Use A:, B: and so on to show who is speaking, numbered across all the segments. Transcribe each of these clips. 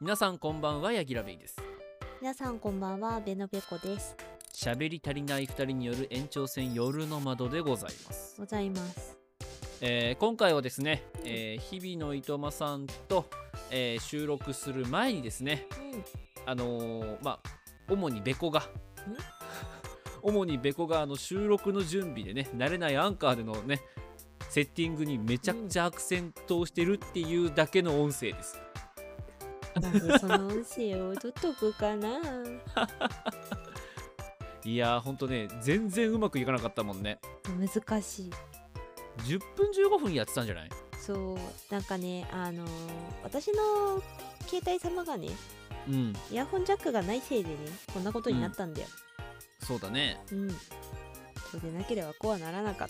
A: 皆さんこんばんはヤギラベイです
B: 皆さんこんばんはベノベコです
A: 喋り足りない2人による延長戦夜の窓でございます、
B: ございます
A: えー今回はですね、えー日々のいとまさんと、えー収録する前にですねあのーまあ主にベコが 主にベコがあの収録の準備でね慣れないアンカーでのねセッティングにめちゃくちゃアクセントをしてるっていうだけの音声です。
B: うんまずその音声を取っとくかな
A: いやーほんとね全然うまくいかなかったもんね。
B: 難しい
A: 10分15分やってたんじゃない
B: そうなんかねあのー私の携帯様がね
A: うん
B: イヤホンジャックがないせいでねこんなことになったんだよ
A: そうだね
B: うん、それでなければこうはならなかっ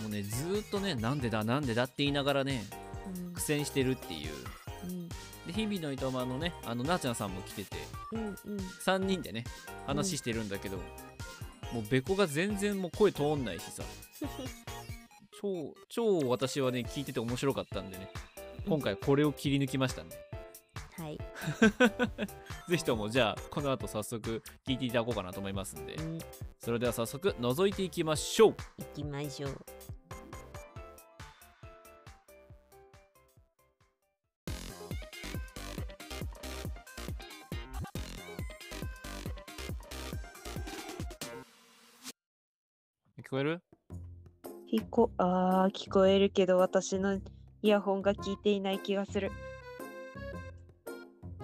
A: もうねずーっとねなんでだなんでだって言いながらね
B: たうん
A: 苦戦してるっていう
B: うん
A: で日々のいとまのねあのなあちゃんさんも来てて
B: うんうん
A: 3人でね話してるんだけど、もうべこが全然もう声通んない しさ超超私はね聞いてて面白かったんでね今回これを切り抜きましたね、
B: はい、
A: ぜひともじゃあこの後早速聞いていただこうかなと思いますんで
B: うん、行
A: それでは早速覗いていきましょう
B: きましょう
A: 聞こえる
C: 聞こあー聞こえるけど私のイヤホンが聞いていない気がする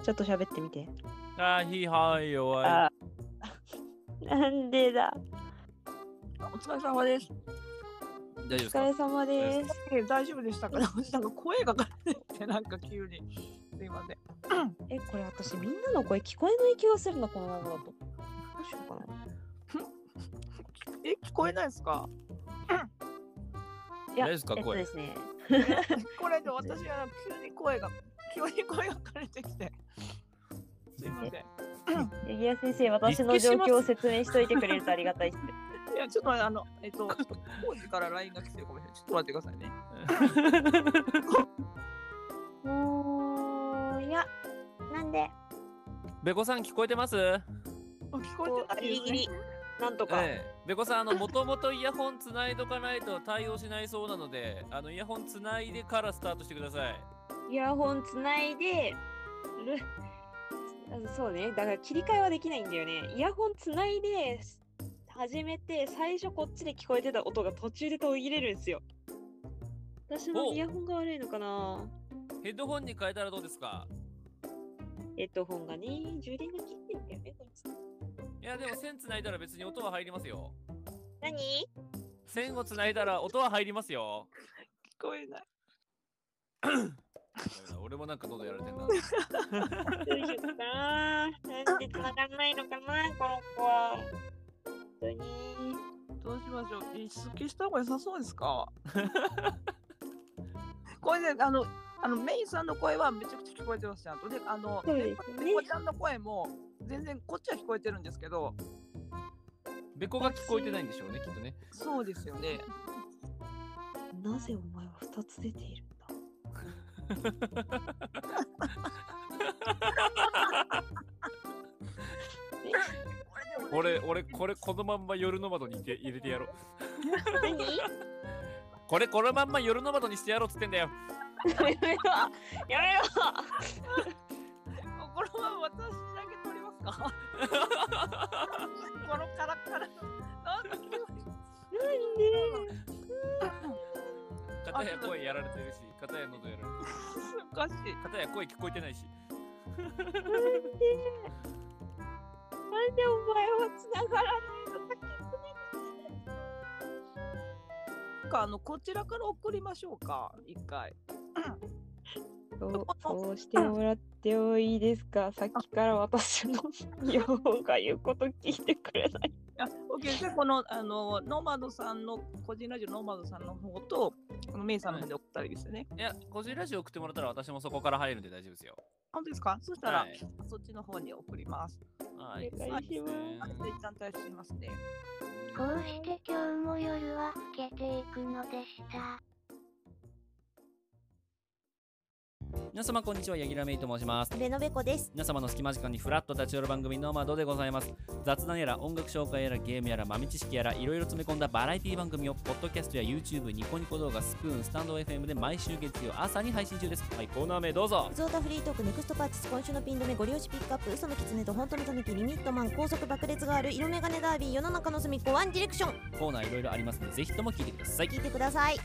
C: ちょっと喋ってみて
A: あーひはい弱い
C: あーなんでだ
D: お疲れ様です。
A: 大丈夫です
C: お疲
A: か
C: れ様で
A: 大
C: す
D: え大丈夫でしたか なんか声がかかってなんか急に。すいません。
C: えこれ私みんなの声聞こえない気がするなこのままだとどうしようかな
D: え、聞こえないですか
C: い
A: 大丈夫
C: や
A: ですか
C: えっと
A: 声
C: ですね
D: これで私は急に声が、急に声が枯れてきて。すいません。い
C: ヤギラ先生私の状況を説明しといてくれるとありがたいっす
D: や、ちょっとあの、えっと、工事から LINE が来てるかもしれない。ちょっと待ってくださいね。
C: もういやなんで
A: べこさん聞こえてます
D: あ聞こえてないです、ね。
C: ギリギリなんとか、
A: ええ、べこさんあのもともとイヤホンつないどかないと対応しないそうなのであのイヤホンつないでからスタートしてください
C: イヤホンつないでるあそうねだから切り替えはできないんだよねイヤホンつないで始めて最初こっちで聞こえてた音が途中で途切れるんですよ私の
A: お
C: イヤホンが悪いのかな
A: ヘッドホンに変えたらどうですか
C: ヘッドホンがね充電が切ってんだよねこいつ
A: いやでも線つないだら別に音は入りますよ
C: 何
A: 線をつないだら音は入りますよ
D: 聞こえない。
A: ダメだ俺もなんか喉やられてんな
C: どうしようかななんで繋がんないのかなこの子は本当に
D: どうしましょう。えすっきりした方が良さそうですか これね、あの、あのメイさんの声はめちゃくちゃ聞こえてますちゃんと。で、あの、
C: そう
D: ね
C: です
D: こ
C: ね
D: ねこちゃんの声も全然こっちは聞こえてるんですけど、
A: べこが聞こえてないんでしょうねきっとね
D: そうですよね。
C: なぜお前は2つ出ているんだ
A: 俺俺これこのまんま夜の窓にいて入れてやろう
C: 何
A: これこのまんま夜の窓にしてやろうっつってんだよ
C: やめろやめろ
D: これは私だけ取りますか このカラッカラ。なんだ
C: なんで
A: 片や声やられてるし片や喉やられてる
D: おかしい。
A: 片や声聞こえてないし
C: なんでお前は繋がらないのか
D: なんかあのこちらから送りましょうか。一回。
C: そうそうしてもらってもいいですかさっきから 私の両方が言うこと聞いてくれない。
D: あ、オッケー。じゃあこのあのノマドさんの個人ラジオノマドさんの方とこのメイさんの方で送ったりですよね。
A: いや個人ラジオ送ってもらったら私もそこから入るんで大丈夫ですよ
D: 本当ですかそしたら、
A: はい
D: そっちの方に送ります。
A: はい
C: お願いしま
D: あで一旦退出しますね。
E: こうして今日も夜は更けていくのでした。
A: 皆様こんにちは、ヤギラメイと申します。
B: ベノベコです。
A: 皆様の隙間時間にフラッと立ち寄る番組ノーマドでございます雑談やら音楽紹介やらゲームやら豆知識やらいろいろ詰め込んだバラエティ番組をポッドキャストや YouTube ニコニコ動画スプーンスタンド FM で毎週月曜朝に配信中ですはいコーナー名どうぞ
B: ゾータフリートークネクストパーチス今週のピン止めご利用しピックアップ嘘の狐と本当の狸リミットマン高速爆裂がある色眼鏡ダービー世の中の隅っこワンディレクション
A: コーナーいろいろありますのでぜひとも聞いてください
B: 聞いてください